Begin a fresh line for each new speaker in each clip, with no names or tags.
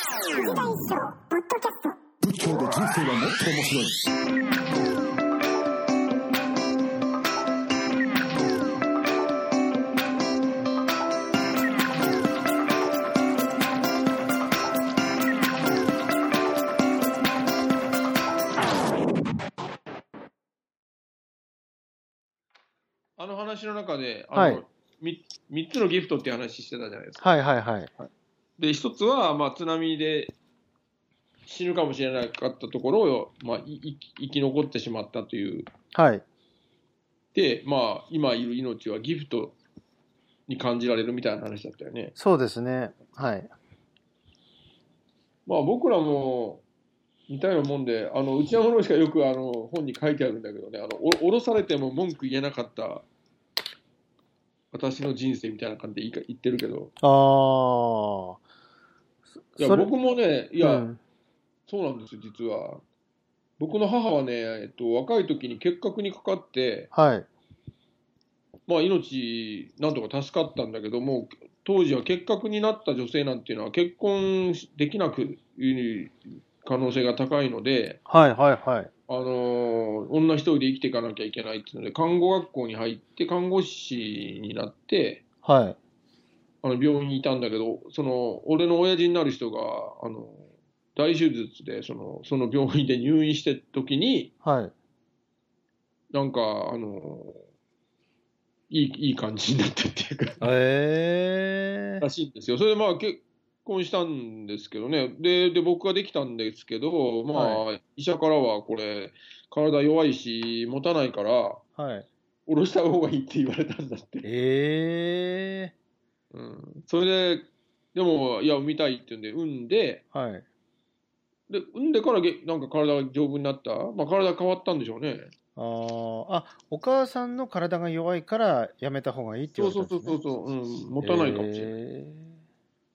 漫才師匠ポッドキャスト
仏教で人生はもっと面白い。
あの話の中で、あの、
はい
み3つのギフトっていう話してたじゃないですか。
はいはいはい。
で、1つは、まあ、津波で死ぬかもしれなかったところを、まあ、い生き生き残ってしまったという。
はい。
で、まあ、今いる命はギフトに感じられるみたいな話だったよね。
そうですね。はい。
まあ、僕らも似たようなもんで、あの、うちのものしかよくあの本に書いてあるんだけどね、あの、お降ろされても文句言えなかった私の人生みたいな感じで言いか言ってるけど、
ああ。そ
いや、
それ
僕もね、いや、
うん
そうなんですよ、実は。僕の母はね、えっと、若い時に結核にかかって、
はい。
まあ、命、なんとか助かったんだけども、当時は結核になった女性なんていうのは結婚できなくいう可能性が高いので、
はいはいはい。
あのー女一人で生きていかなきゃいけないっていうので、看護学校に入って、看護師になって、
はい。
あの病院にいたんだけど、その俺の親父になる人があの大手術でそのその病院で入院して時に、
はい。
なんか、あの、いい、いい感じになったって いうか、
ええ
らしいんですよ。それでまあ結婚したんですけどね。で、で、僕ができたんですけど、まあ、医者からはこれ、体弱いし、持たないから、
はい。
下ろした方がいいって言われたんだって。
ええ
うん。それで、でも、いや、産みたいって言うんで、産んで、
はい。
で、産んでからげ、なんか体が丈夫になった。まあ、体変わったんでしょうね。
あーあ、お母さんの体が弱いからやめた方がいいって言
そ
わ
う
れた
そ
ん
う
です、
そ
ね、
うそうそう、うん、持たないかもしれない。
え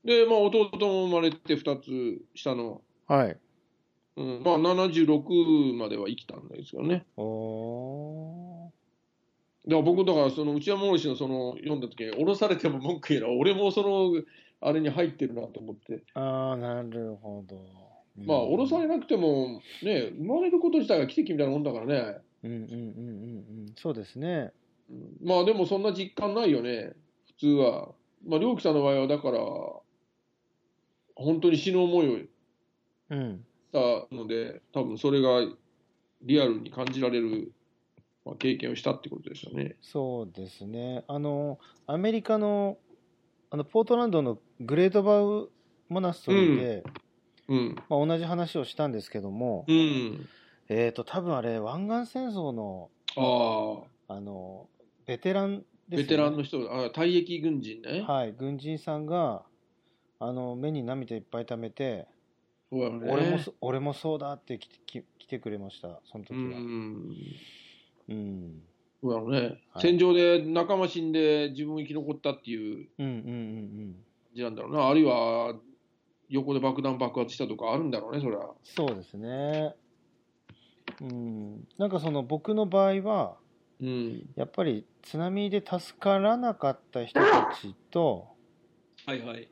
で、まあ、弟も生まれて2つ下の
ーはい。
うん、まあ76までは生きたんですよね。
おー。
だから僕、だからその内山卸のその読んだ時に、降ろされても文句言えない、俺もその、あれに入ってるなと思って、
ああ、なるほど。うん
まあ、降ろされなくても、ね、生まれること自体が奇跡みたいなもんだからね、
うんうんうんうんうん。そうですね。
うんまあでもそんな実感ないよね、普通は。まあ、良樹さんの場合は、だから、本当に死ぬ思いをし
うん。
たので、多分それがリアルに感じられる、まあ、経験をしたってことですよね。
そうですね。あの、アメリカの、あの、ポートランドのグレートバウモナストリーで、
うん、
まあ、同じ話をしたんですけども、
うん、
えっ、と、多分あれ、湾岸戦争の、
ああ。
あの、ベテランです、ね、
ベテランの人、あ退役軍人ね。
はい、軍人さんが、あの、目に涙いっぱい溜めて、
そうやね
俺もそ、俺もそうだって来てき来てくれました、その
う
時は。
ん。
うん。
そうやろね、
はい
戦場で仲間死んで自分生き残ったっていう
うんうんうんうん。
感じなんだろうな。あるいは、横で爆弾爆発したとかあるんだろうね、そりゃ。
そうですね。うん、なんかその僕の場合は
うん。
やっぱり津波で助からなかった人たちと
はいはい。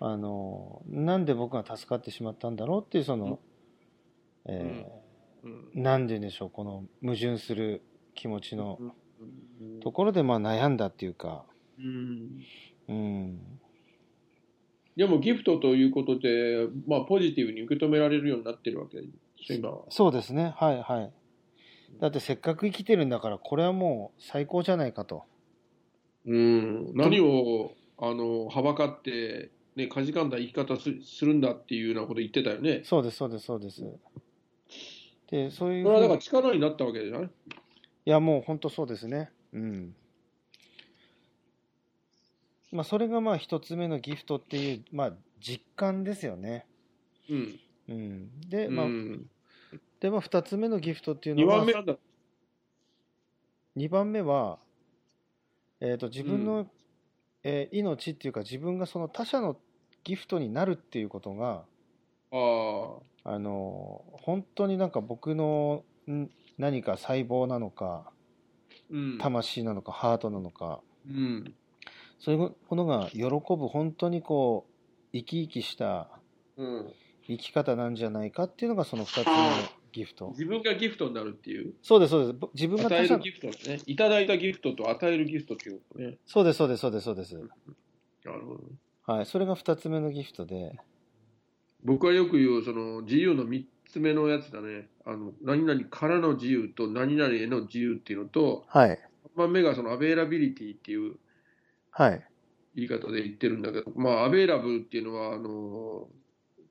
あのなんで僕が助かってしまったんだろうっていうその、え
うん。
ーなんででしょうこの矛盾する気持ちの
うん
ところでまあ悩んだっていうか、
うん
うん、
でもギフトということで、まあ、ポジティブに受け止められるようになってるわけですよ、今は。
そうですねはいはいだってせっかく生きてるんだからこれはもう最高じゃないかと
うん、何をあのはばかって、ね、かじかんだ生き方すするんだっていうようなこと言ってたよね。
そうですそうですそうですでそういう
そ
ふ
れは
うに
だから力になったわけじゃない
いや、もう本当そうですね。うん。まあ、それがまあ一つ目のギフトっていう、まあ、実感ですよね。
うん。
うん。で、
うん
まあ、で、まあ、二つ目のギフトっていう
2
のは、
番目なんだ。
二番目は、えっ、と、自分の、えー命っていうか、自分がその他者のギフトになるっていうことが、
ああ。
あのー本当になんか僕のん何か細胞なのか、
うん。
魂なのか、ハートなのか、
うん。
そういうものが喜ぶ本当にこう生き生きした
うん。
生き方なんじゃないかっていうのがその2つ目のギフト
自分がギフトになるっていう。
そうですそうですぼ自分が
与
他
え
者
る
の
ギフトね。いただいたギフトと与えるギフトっていうことね。
そうですそうですそうですそうです、
なるほど。
はい、それが2つ目のギフトで
僕はよく言う、その自由の3つ目のやつだね。あの、何々からの自由と何々への自由っていうのと、
はい
3番目がそのアベイラビリティっていう
はい
言い方で言ってるんだけど、まあ、アベイラブルっていうのは、あの、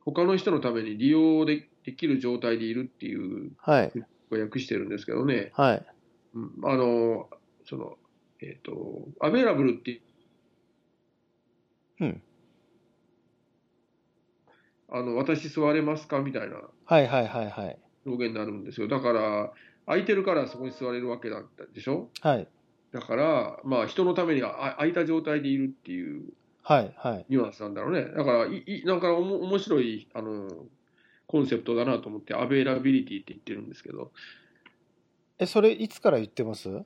他の人のために利用でできる状態でいるっていう、
はい
訳してるんですけどね。
はい
うんあの、その、えっ、と、アベイラブルって、
うん
あの、私座れますかみたいな
はいはいはいはい
表現になるんですよ。だから、空いてるからそこに座れるわけだったでしょ
はい
だから、まあ、人のためにあ空いた状態でいるっていう
はいはい
ニュアンスなんだろうね。だから、いいなんかおも面白い、あの、コンセプトだなと思って、アベイラビリティって言ってるんですけど、
えそれいつから言ってます
う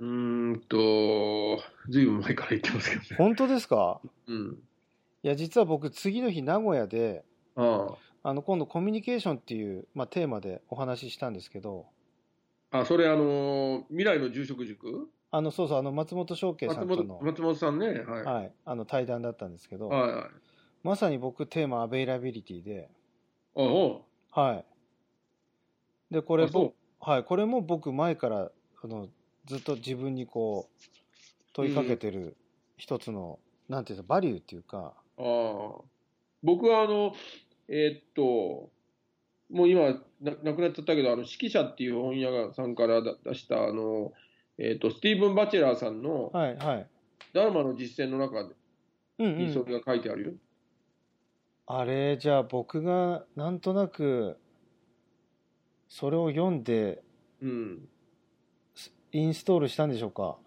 ーんと、ずいぶん前から言ってますけどね。
本当ですか
うん。
いや実は僕次の日名古屋で
あ
あの今度コミュニケーションっていう、まあ、テーマでお話ししたんですけど
あ。あ、それ、あの、未来の住職塾
あのそうそうあの松本翔慶さ
松
んと
本
の,、
松本さんね。はい。は
はい、あの対談だったんですけど、
い、はい。あ、
まさに僕テーマアベイラビリティで
お
はいでこ
こ
れ
れそ
はい、これも僕前からあのずっと自分にこう問いかけてる一つの、なんていうのバリューっていうか
う。ああ。僕は、あの、えーっと、もう今な、亡くなっちゃったけど、あの、指揮者っていう本屋さんからだ出した、あの、えーっと、スティーブン・バチェラーさんの、
はいはい、
ダルマの実践の中で、
うんう
にそ
ん、
れが書いてあるよ。
あれじゃあ僕がなんとなくそれを読んで
うん。
インストールしたんでしょうか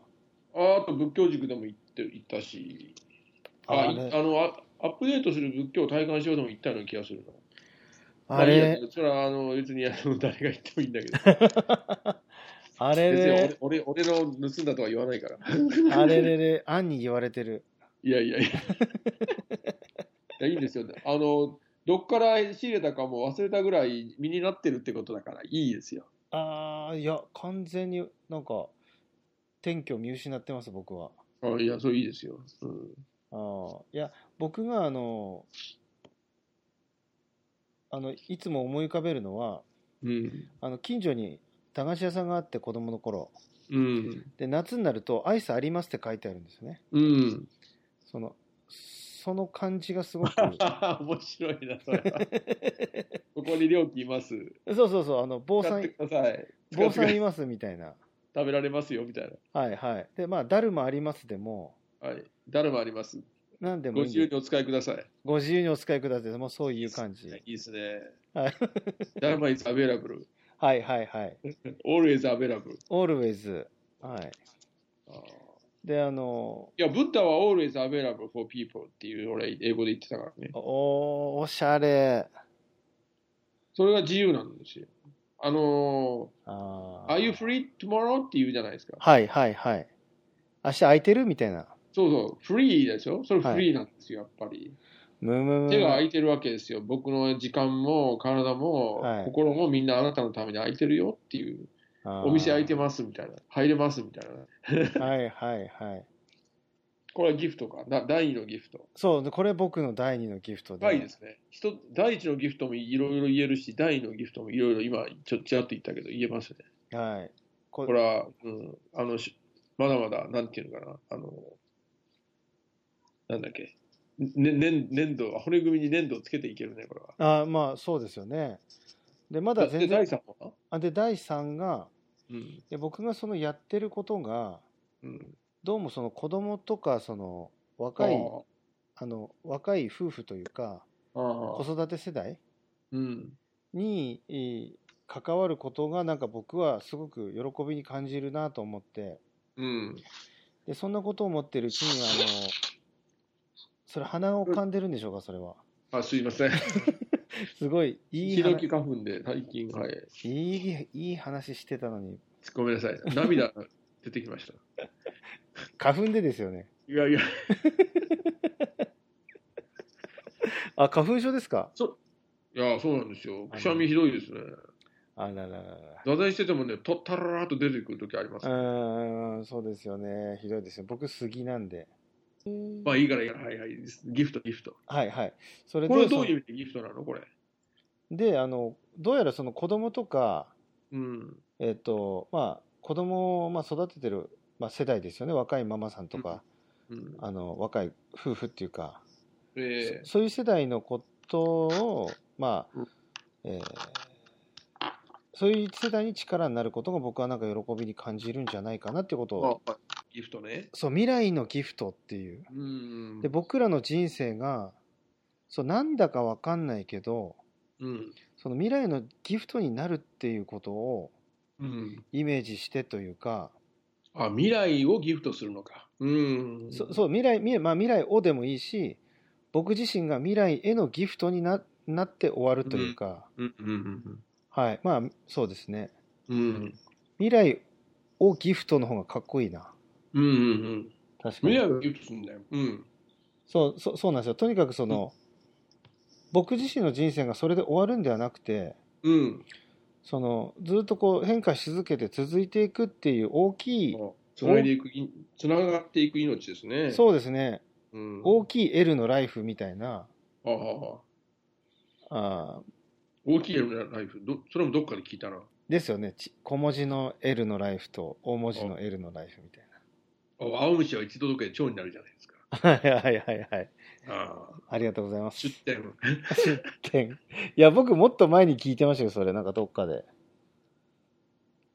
ああと、仏教塾でも行って行ったし、あ
あ
い
れ
あのあ、アップデートする仏教体感しようでも行ったような気がするな。
あ
まいい
れ
やそれはあの別にあの誰が言ってもいいんだけど、
あれ
別に
れ
俺俺俺の盗んだとは言わないから。
あれれれアンに言われてる
いや いやいや。いやいいんですよ。あの、どっから仕入れたかも忘れたぐらい身になってるってことだから、いいですよ。
ああいや完全になんか転居見失ってます僕は
あいや、それいいですよ。うん、
ああ、いや、僕があの、あの、いつも思い浮かべるのは、
うん。
あの、近所に駄菓子屋さんがあって子供の頃、
うん。
で、夏になるとアイスありますって書いてあるんですよね。
うん。
その、その感じがすごく、
面白いな、それ は。ここに料金います。
そうそうそう、あの、坊さ
使っ
ん
て、ください。使
坊
ってく
さ
ださ
ん
い
いますみたいな。
食べられますよ、みたい
はいはい。で、まあ、だるまありますでも、
な。はい。誰もあります。
なんでも
ご
いいん
自
で
由にお使いください。
ご自由にお使いください。もうそういう感じ。
いいですね。
はい。
誰も is available.
はいはいはい。
Always available.
always。はい。
あー
で、あの、
いや、ブッダは always available for people っていう俺、英語で言ってたからね。
おーおしゃれ
それが自由なんですよ。あの
あ
ー、
ー
Are you free tomorrow? って言うじゃないですか。
はいはいはい明日空いてるみたいな
そうそう、free でしょそれ
はい
free なんですよ、やっぱり。
むむむ
手が空いてるわけですよ。僕の時間も体も、
はい
心もみんなあなたのために空いてるよっていう。お店開いてますみたいな。入れますみたいな。
すはいはいはい
これはギフトか。だ第二のギフト。
そうでこれ僕の第二のギフトで
第ですね。一つ第一のギフトもいろいろ言えるし、第二のギフトもいろいろ今、ちょちらっと言ったけど言えますね。
はいこ
これは、うん、あの、しまだまだ、なんていうのかな。あの、なんだっけ。ね、ね、粘土、骨組みに粘土をつけていけるね、これは。
あーまあそうですよねでまだ
で、
全然
第三は
あで第三が
うん。
で僕がそのやってることが
うん。
どうもその子供とかその若いあの若い夫婦というか
ああ。あ
子
あ
育て世代
うん。
にえー関わることがなんか僕はすごく喜びに感じるなと思って
うん。
でそんなことを思ってるうちにあのそれ鼻を噛んでるんでしょうかそれは
あ、すいません。
すごいいい
ヒノ
話
キ花粉で最近、はい。
いいいい話してたのに
ごめんなさい。涙が出てきました。
花粉でですよね
いやいや、
あ花粉症ですか
いや、そうなんです
あ
よ。
の
くしゃみひどいですね。
あらららら
座禅しててもね、とったららーっと出てくるときあります。
ら。うーん、そうですよね。ひどいですよ。僕、杉なんで。
まあいいからいいから、はいはい。ギフト、ギフト。
はいはい。それで、
これどういう意味でギフトなのこれ。
そので、あの、どうやらその子供とか、
うん。
えっと、まあ、子供をまあ育ててる、まあ、世代ですよね。若いママさんとか、
うん、
あの、若い夫婦っていうか、
えー
そそういう世代のことを、まあ
うん
えーそういう世代に力になることが僕はなんか喜びに感じるんじゃないかなってことを、
まあ、ギフトね。
そう未来のギフトっていう
うん
で。僕らの人生がそうなんだかわかんないけど
うん。
その未来のギフトになるっていうことを
うん。
イメージしてというか、
あ、未来をギフトするのか。うん。
そそう未来未来,、まあ、未来をでもいいし僕自身が未来へのギフトにななって終わるというか、
うん。うん。
はいまあそうですね
うん。うん。
未来をギフトの方がかっこいいな。
うん。うん。
確か
未
に。
来をギフトするんだよ。うん。
そう、そう、そうなんですよ。とにかくその、僕自身の人生がそれで終わるんではなくて、
うん。
その、ずっとこう変化し続けて続いていくっていう大きい、
つないでいくい、つながっていく命ですね。
そうですね、
う。うん。
大きい L のライフみたいな、
ああああ
あー
大きいライフど、それもどっかで聞いたな。あ
ですよね。ち小文字の L のライフと大文字の L のライフみたい
青虫は一度どけで蝶になるじゃないですか。
な。はいはいはいはい。
ああ、
ありがとうございます。
出店。
出店。いや、僕もっと前に聞いてましたよ、それ。なんかどっかで。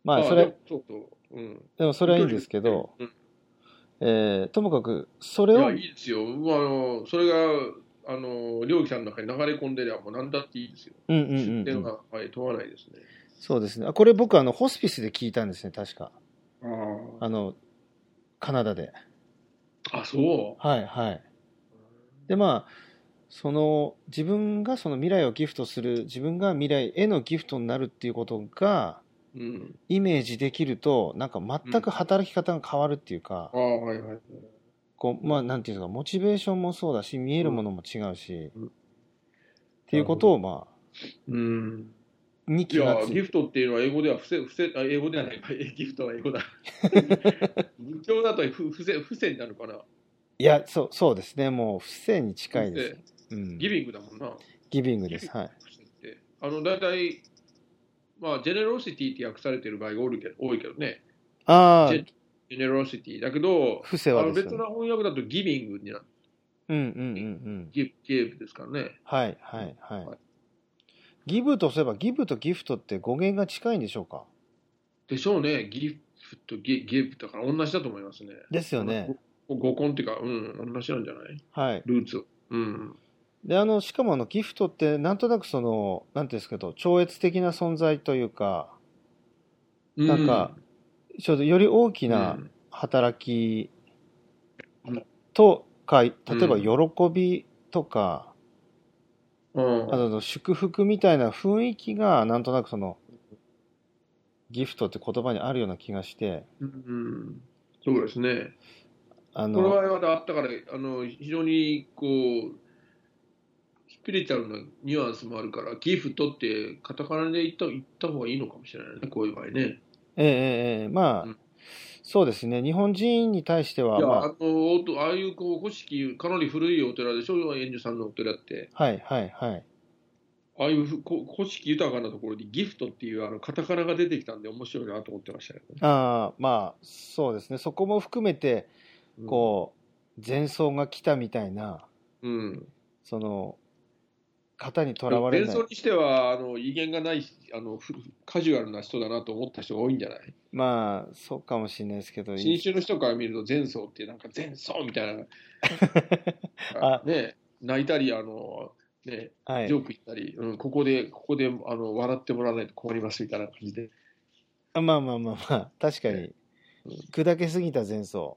まあ、それ、。
ちょっと、うん。
でもそれはいいんですけど、
うん
えーともかく、それ
い
を
や、、いいですよ。まあ、あの、それが、あの、料理さんの中に流れ込んでりゃ、もう何だっていいですよ。
うんうん
出
うんう
店
ん、
は、はい、問わないですね。
そうですね。あこれ僕、あの、ホスピスで聞いたんですね、確か。
あ
あの、カナダで。
あ。あ、そ
はいはい。で、まあ、その、自分がその未来をギフトする、自分が未来へのギフトになるっていうことが、
う。うん。
イメージできると、なんか全く働き方が変わるっていうか、
ああ、はいはい。
こう、まあ、なんていうんですか、モチベーションもそうだし、見えるものも違うし、
うん
っていうことを、まあ、
うん。
に
い
気が
や、
つい
ギフトっていうのは英語では伏せ、伏せ、あ、英語ではない、 ギフトは英 語だ。仏教だとふ伏せ、伏せになるかな。
いや、そう、そうですね。もう、不正に近いです。うん。
ギビングだもんな。
ギビングです。はい。
伏せって。あの、大体、まあ、ジェネロシティって訳されてる場合が多いけど多いけどね。
ああ、
ジェジェネロシティ。だけど、
不正
あ
は
の
です
別
よ、ね。
な翻訳だとギビングになる。
うんうんうんうん。
ギゲーブですからね。
はいはいはい。
はい
ギブとすれば、ギブとギフトって語源が近いんでしょうか
でしょうね。ギフト、ゲゲーブだから同じだと思いますね。
ですよね。
ご。ご根っていうか、うん、同じなんじゃない
はい。
ルーツ。うん。
で、あの、しかもあの、ギフトって、なんとなくその、なんていうんですけど、超越的な存在というか、なんかちょうどより大き
うん、
な
うん
働き
うん
とか、例えば
うん
喜びとか、
うん
あの祝福みたいな雰囲気がなんとなくそのギフトって言葉にあるような気がして
うん、そうですね。
あ
この場
の
合はだったからあの非常にこうスピリチュアルなニュアンスもあるからギフトってカタカナで言った言った方がいいのかもしれないねこういう場合ね。
ええええええまあ、
うん
そうですね日本人に対してはい
や
ま
あのおとああいうこう古式かなり古いお寺でしょ園主さんのお寺って
あはいはいはい
ああいうふこ古式豊かなところにギフトっていうあのカタカナが出てきたんで面白いなと思ってましたけどね、
ああまあそうですねそこも含めて
うん
こう前奏が来たみたいな
うん、
その型にとらわれ
伝
ない
想にしてはあの威厳がないしあのふカジュアルな人だなと思った人が多いんじゃない
まあそうかもしれないですけど
新種の人から見ると前奏ってなんか前奏みたいな
あ
ね泣いたりあのね
はい
ジョーク言ったり、うん、ここでここであの笑ってもらわないと困りますみたいな感じで
あまあまあまあまあ、確かに
ね。
砕けすぎた前奏。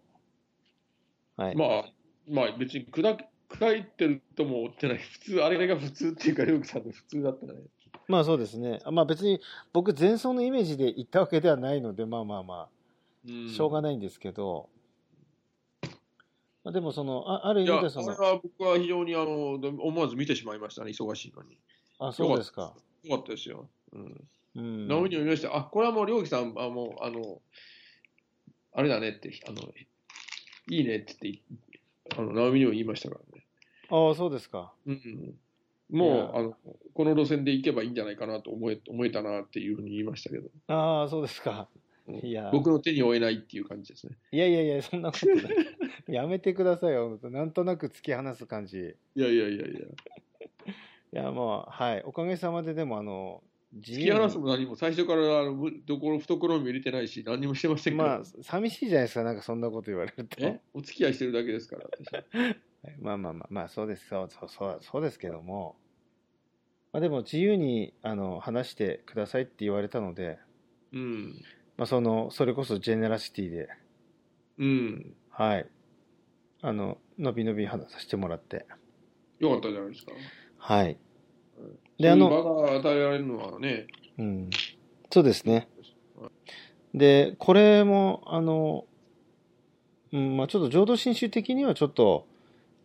はい。
まあまあ別に砕け砕いてるとも思ってない 普通あれが普通っていうかヨークさんの 普通だったね
まあそうですね。あまあ別に僕前奏のイメージで言ったわけではないので、まあまあまあ、しょうがないんですけど。まあでもその、あある
い
意
や
味
こ
で
れ
はその、
は僕は非常にあの思わず見てしまいましたね忙しいのに
あ、そうですか。
よかったですよ。うん。
うん。
直美にも言いました。あ、これはもう、りょうきさん、あ、もう、あの、あれだねって、あの、いいねって言って、あの、直美にも言いましたからね。
ああ、そうですか。
うん。
い
も
や
う、あの、この路線で行けばいいんじゃないかなと思え、思えたなっていうふうに言いましたけど、
ああ、そうですか。
うん
いや、
僕の手に負えないっていう感じですね。
いやいやいや、そんなことない。やめてくださいよ。なんとなく突き放す感じ。
いやいやいやいや。
いや、まあ、はい。おかげさまで、でも、あの、自
突き放すも何も、最初から、あの、ぶどころ、懐にも入れてないし、何にもしてませんけど、
まあ、寂しいじゃないですか。なんか、そんなこと言われると。
えお付き合いしてるだけですから、私
はいまあまあまあ、まあ、そうです。そうそうそうそうですけども。まあ、でも、自由に、あの、話してくださいって言われたので、
うん。
まあ、その、それこそ、ジェネラシティで、
うん。
はい。あの、のびのび話させてもらって。
よかったじゃないですか。
はい。
で、
で、あ
あの。
の、
場が与えられるのはね、
うん、そうですね。で、これも、あの、うんまあ、ちょっと浄土真宗的にはちょっと、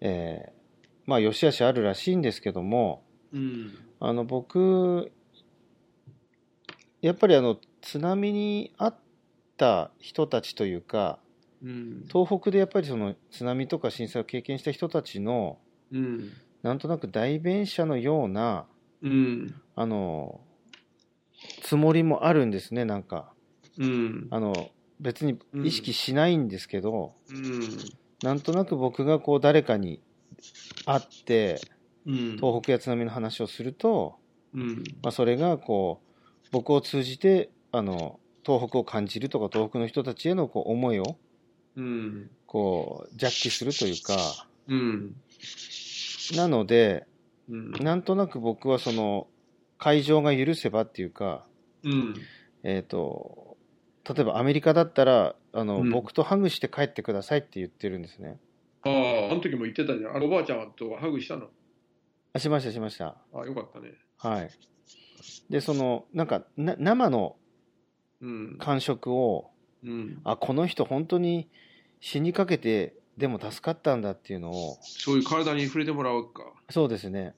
えーまあ、良し悪しあるらしいんですけども、
うん。
あの、僕、やっぱりあの、津波にあった人たちというか、
うん。
東北でやっぱりその津波とか震災を経験した人たちの、
うん。
なんとなく代弁者のような、
うん。
あの、つもりもあるんですね、なんか。
うん。
あの別に意識しないんですけど、
うん。
なんとなく僕がこう誰かに会って
うん。
東北や津波の話をすると、
うん。
まあ、それがこう僕を通じてあの東北を感じるとか東北の人たちへのこう思いを
うん。
こうジャッキするというか
うん。
なので
うん。
なんとなく僕はその会場が許せばっていうか、
うん。
えー、と例えばアメリカだったらあの、
うん
僕とハグして帰ってくださいって言ってるんですね。
ああ、あの時も言ってたじゃん。あのおばあちゃんとハグしたの。
あしましたしました。
あよかったね。
はい。で、その、なんか、な生の
うん。
感触を、
うん。
あ、この人本当に死にかけて、でも助かったんだっていうのを、
そういう体に触れてもらうか。
そうですね。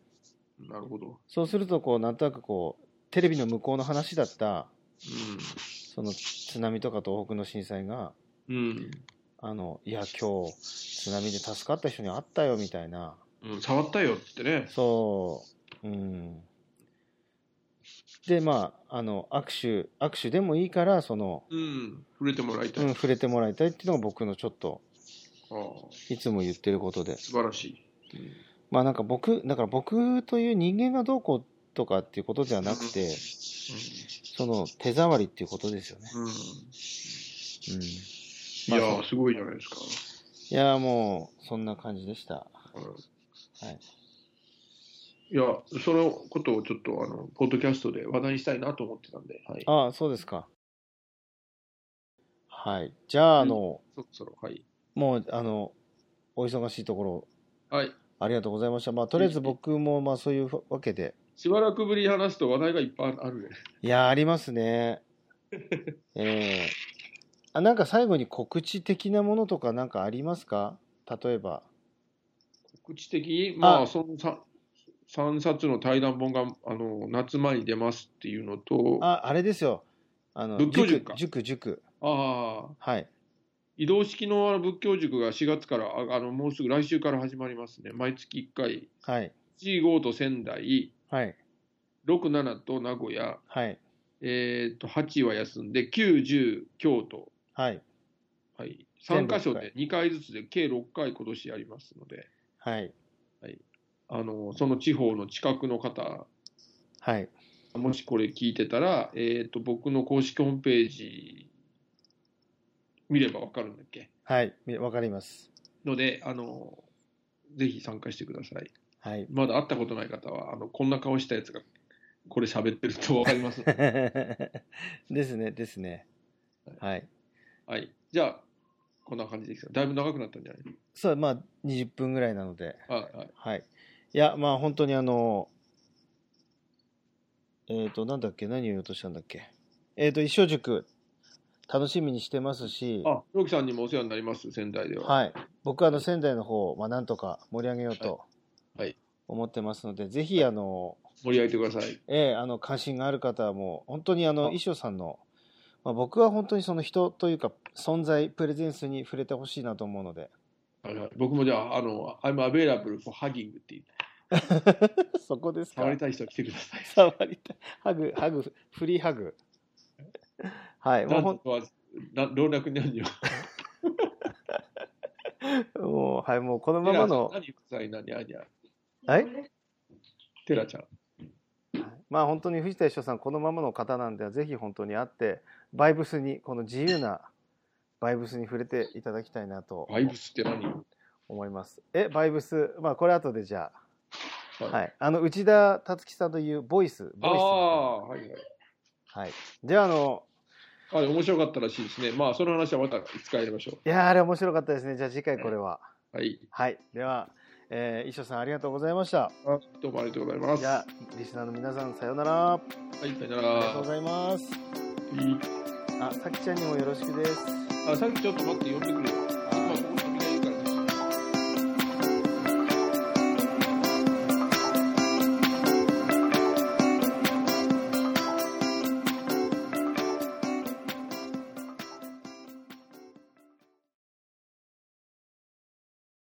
なるほど。
そうすると、こう、なんとなくこう、テレビの向こうの話だった、その津波とか東北の震災が、
うん。
あの、いや、今日、津波で助かった人に会ったよ、みたいな。
うん。うん、触ったよってね。
そう、うん。で、まあ、あの、握手、握手でもいいから、その、
うん。触れてもらいた
う
い。
ん、
あ
触れてもらいたいっていうのが僕のちょっと
あ
いつも言ってることで
素晴らしい。
まあなんか僕だから僕という人間がどうこうとかっていうことじゃなくてその手触りっていうことですよね、
うん。うん、
う
い
ん、い
や
まあ
ー、すごいじゃないですか。
やーもうそんな感じでした
はいいや、そのことをちょっとあの、ポッドキャストで話題にしたいなと思ってたんで、はい、
ああそうですかはいじゃああの、
そろそろ、はい。
もうあのお忙しいところ
はい、
ありがとうございましたまあとりあえず僕もまあそういうわけで
しばらくぶりに話すと話題がいっぱいあるね。
いやーあります ねええあなんか最後に告知的なものとかなんかありますか例えば
告知的、ま
あ
あ、そのさ3冊の対談本があの夏前に出ますっていうのと、あ
ああれですよあの
仏教塾
塾
か
塾塾
あー、
はい
移動式のあの仏教塾が4月から、ああのもうすぐ来週から始まりますね。毎月1回、
はい
15と仙台、
はい
67と名古屋、
はい
えー、と8は休んで、9、10、京都、
はい
はい、
全
3
部
箇所で2回ずつで計6回今年やりますので、
はい
あのその地方の近くの方、
はい
もしこれ聞いてたら、えー、と僕の公式ホームページ見ればわかるんだっけ
はいみわかります
のであの、ぜひ参加してください。
はい。
まだ会ったことない方は、あのこんな顔したやつがこれ喋ってるとわかりま す
ですねですねはい
はい、じゃあ、こんな感じですよ。だいぶ長くなったんじゃない
そうまあ20分ぐらいなので
はいはい
はい。いや、まあ本当にあの、えっ、と、なんだっけ、何を言おうとしたんだっけ。えっ、と、一生塾、楽しみにしてますし、
あ、ロキさんにもお世話になります、仙台では。
はい。僕はあの仙台の方を、まあなんとか盛り上げようと
はいはい
思ってますので、ぜひあの、
盛り上げてください。
ええあの、関心がある方はもう、本当にあ
あ
の、衣装さんの、まあ、僕は本当にその人というか、存在、プレゼンスに触れてほしいなと思うので、
はいはい僕もじゃあ、あの、I'm available for hugging って言っ て、
そこですか
触りたい人は来てください。
触りたい。ハグ、ハグ、フリーハグ。はい、もうほん
男女はな老若男女。
もう、はい、もうこのままの、
テラちゃん何何何何
はい
テラちゃん。
まあ本当に藤田一生さん、このままの方なんで、ぜひ本当に会って、バイブスに、この自由なバイブスに触れていただきたいなと
バイブスって何よ
思います。え、バイブス、まあこれ後でじゃあ、
はい
はい、あの、内田達樹さんというボイス、ボ
あ
イスみたい
あ、はいはい。
な。はい。じゃあ、あの、
あれ面白かったらしいですね。まあ、その話はまたいつかやりましょ
いやーあれ面白かったですね。じゃあ次回これは。
う。はい。
はい。では、えー、一生さんありがとうございました。
あどうもありがとうございます。
じゃあ
は、
リスナーの皆さん、さようなら。あ
い、さよな
りがとう
ら
ご。ざいます。
いい
あ、さきちゃんにもよろしくです。
あ、さっきちょっと待って、呼んでくれよ。今ここに